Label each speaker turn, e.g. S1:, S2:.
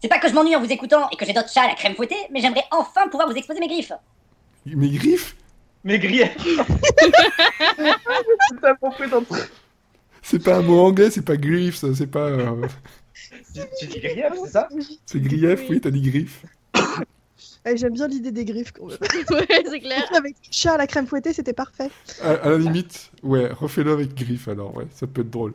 S1: C'est pas que je m'ennuie en vous écoutant et que j'ai d'autres chats à la crème fouettée, mais j'aimerais enfin pouvoir vous exposer mes griffes.
S2: Mes griffes
S3: Mais grief
S4: T'as compris ton truc.
S2: C'est pas un mot anglais, c'est pas griffes, ça, c'est pas. euh,
S3: tu, tu dis grief, hein. c'est ça
S2: C'est grief, oui, t'as dit griffes.
S4: Eh, J'aime bien l'idée des griffes quand même.
S5: ouais, c'est clair.
S4: Avec le chat à la crème fouettée, c'était parfait.
S2: À, à la limite, ouais, refais-le avec griffes alors, ouais, ça peut être drôle.